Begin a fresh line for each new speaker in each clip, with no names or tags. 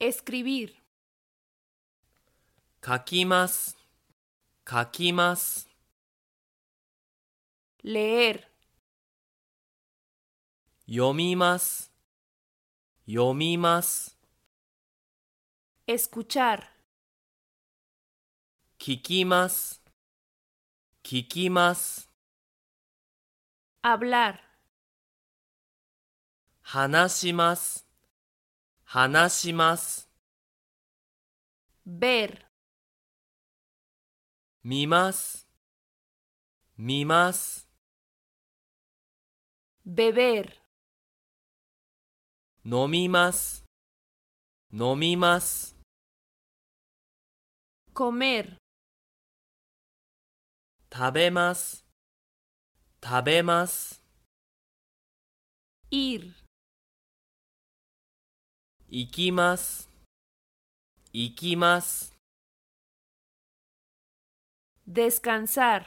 Escribir.
書きます書きます
Leer.
読みます読みます
Escuchar.
聞きます聞きます
Hablar.
話します話します
Ver.
見ます見ます
Beber.
飲みます飲みます
Comer.
食べます食べます
Ir.
行きます行きます
Descansar.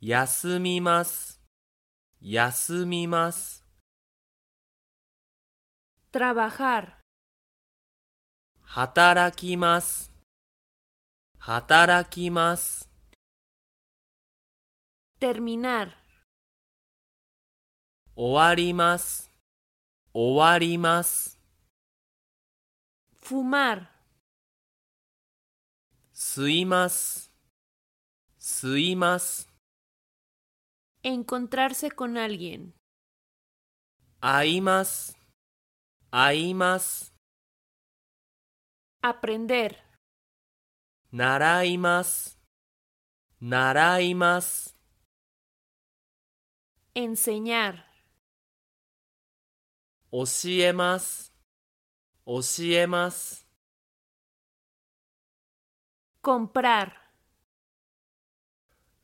休みます休みます
Trabajar.
働きます働きます
Terminar.
終わります終わります
Fumar.
吸います吸います
Encontrarse con alguien.
会います会います
Aprender.
習います習います
Enseñar.
教えます教えます
Comprar.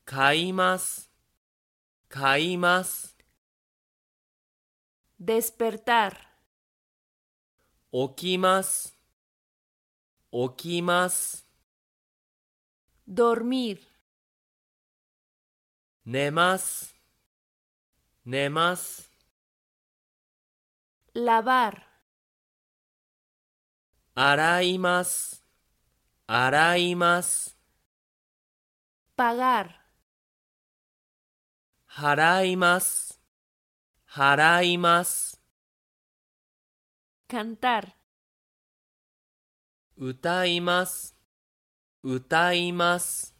買います買います
Despertar.
起きます起きます
Dormir.
寝ます寝ます
Lavar.
洗います洗います
Pagar.
払います払います
Cantar.
歌います歌います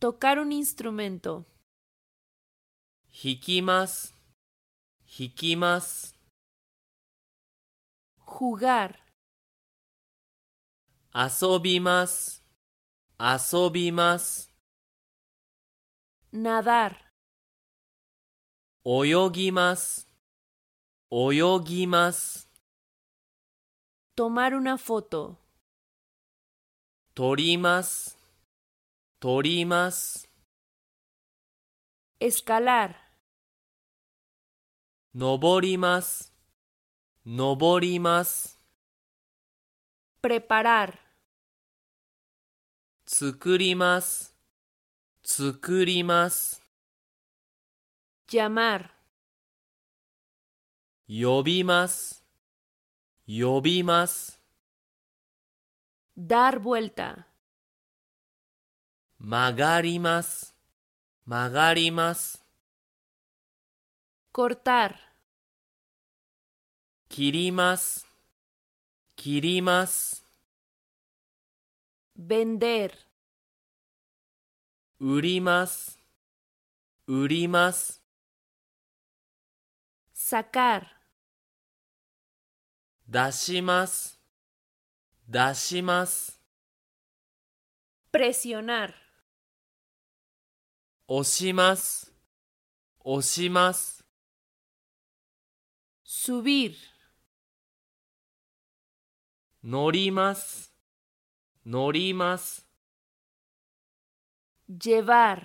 Tocar un instrumento.
弾きます弾きます
Jugar.
遊びます遊びます
Nadar.
泳ぎます泳ぎます。
Tomar una foto.
撮ります撮ります。
Escalar.
登ります登ります。
Preparar.
作ります作ります。
Llamar.
呼びます呼びます。
Dar vuelta.
曲がります曲がります。
Cortar.
切ります切ります。
Vender.
売ります売ります。
Sacar.
出します出します。
Presionar.
押します押します
Subir.
乗ります乗ります
Llevar.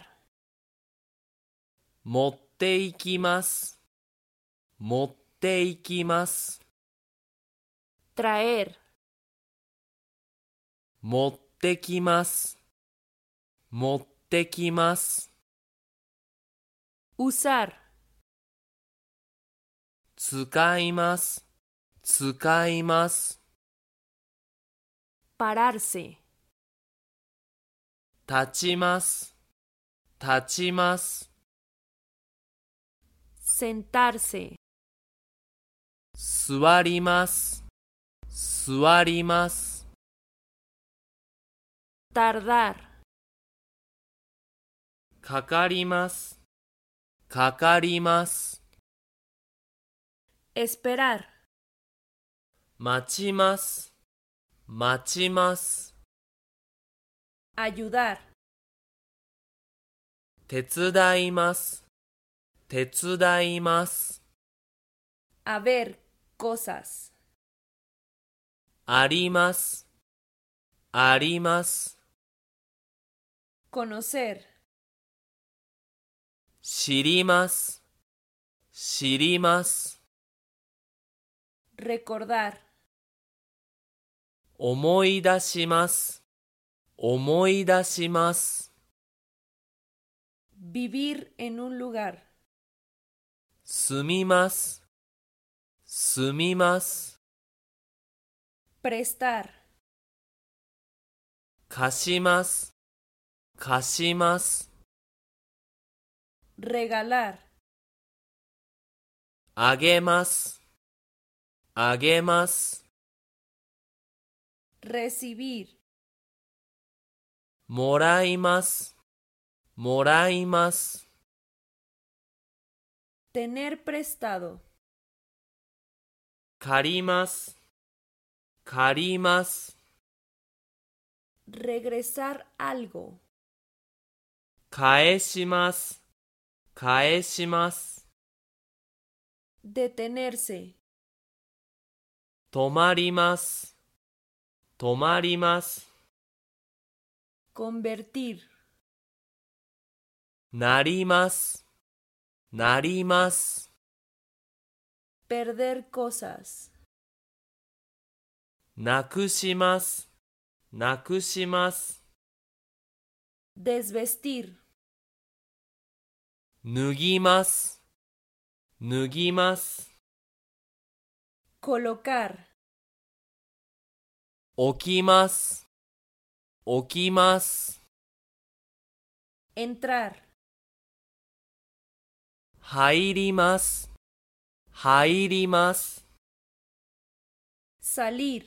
持っていきます持っていきます
Traer.
持ってきます持ってきます
Usar.
使います使います、
pararse,
立ちます、立ちます、
sentarse,
座ります、座ります、
tardar,
かかります、かかります、
esperar,
待ちます、待ちます、
ayudar,
手伝います、手伝います、
a ver cosas,
あります、あります、
conocer,
知ります、知ります、
recordar,
思い出します、思い出します、
vivir en un lugar,
住みます、住みます、
prestar,
貸します、貸します、
regalar,
あげます、あげます、
recibir,
もらいます、もらいます、
tener prestado,
借ります、借ります、
regresar algo,
返します、返します、
detenerse,
止まります、止まります、
convertir,
なります、なります、
perder cosas,
なくします、なくします、
desvestir,
脱ぎます、脱ぎます、
colocar,
起きます、起きます、
entrar,
入ります、入ります、
salir,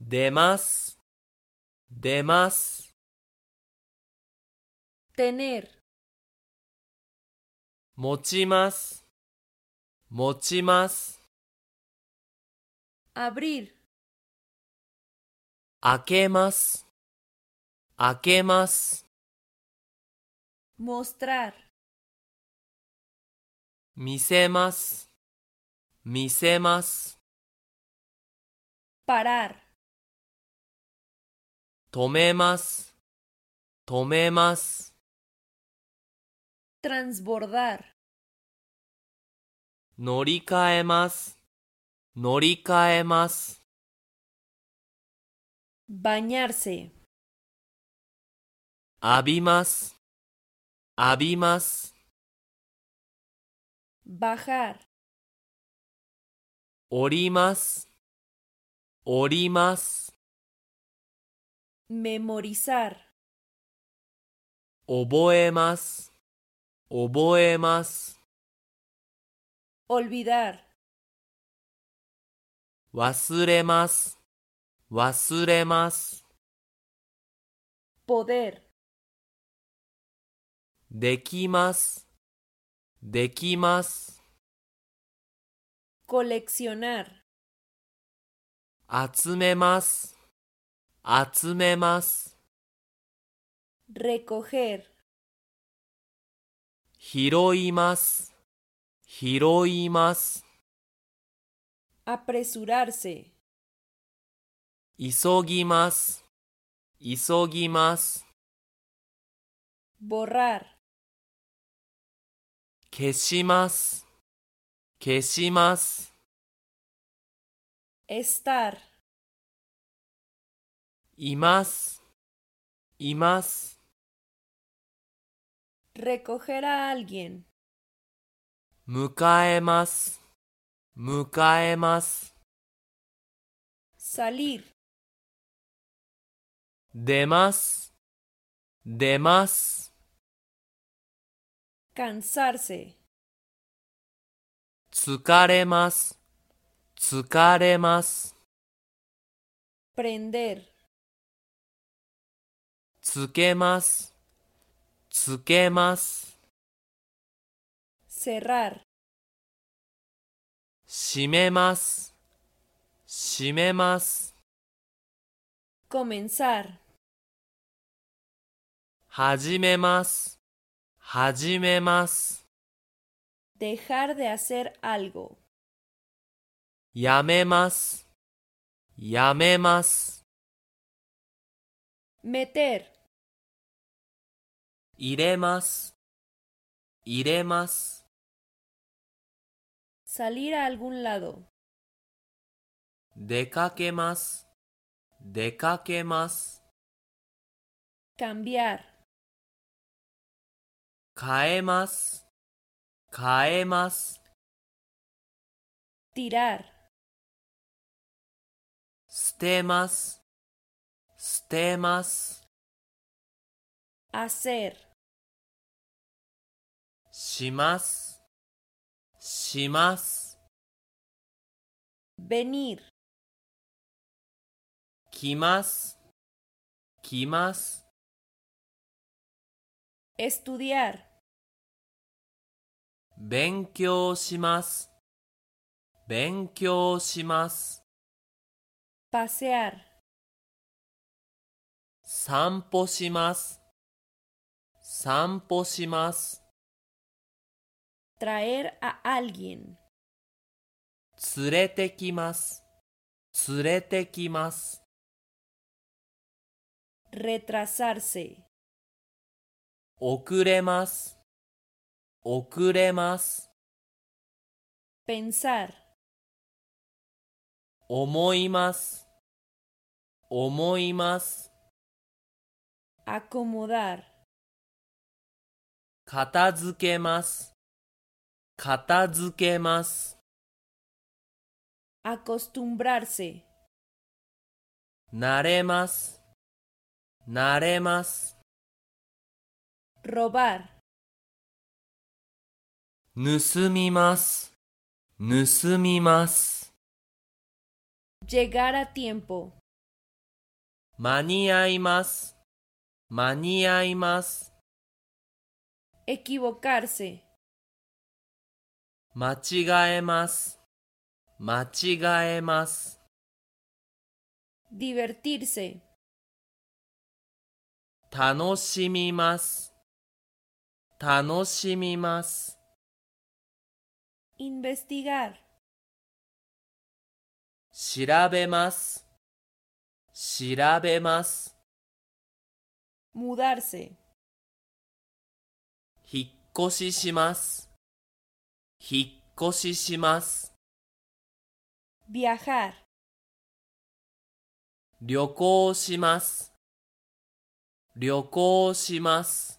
出ます、出ます、
tener,
持ちます、持ちます、
abrir,
開けます、開けます、
mostrar,
見せます、見せます、
parar,
止めます、止めます、
transbordar,
乗り換えます、乗り換えます、
bañarse,
浴びます、浴びます、
bajar,
降ります、降ります、
memorizar,
覚えます、覚えます、
olvidar,
忘れます、忘れます、
poder,
できます、できます、
coleccionar,
集めます、集めます、
recoger,
拾います、拾います、
apresurarse,
急ぎます、急ぎます、
borrar,
消します、消します、
estar,
います、います、
recoger a alguien,
迎えます、
迎えます、
salir,
出ます、出ます、
cansarse,
疲れます、疲れます、
prender,
つけます、つけます、
cerrar,
閉めます、閉めます、
comenzar,
始めます、始めます、
dejar de hacer algo,
やめます、やめます、
meter,
入れます、入れます、
salir a algún lado,
出かけます、出かけます、
cambiar,
変えます、変えます、
tirar,
捨てます、捨てます、
hacer,
します、します、
venir,
来ます、来ます、
estudiar,
勉強します、勉強します、
pasear,
散歩します、散歩します、
traer a alguien,
連れてきます、連れてきます、
retrasarse,
遅れます、遅れます、
pensar,
思います、思います、
acomodar,
片付けます、片付けます、
acostumbrarse,
慣れます、慣れます、
robar,
盗みます、盗みます、
llegar a tiempo,
間に合います、間に合います、
equivocarse,
間違えます、間違えます、
divertirse,
楽しみます、楽しみます、
investigar,
調べます、調べます、
mudarse,
引っ越しします、引っ越しします、
viajar,
旅行します、旅行します、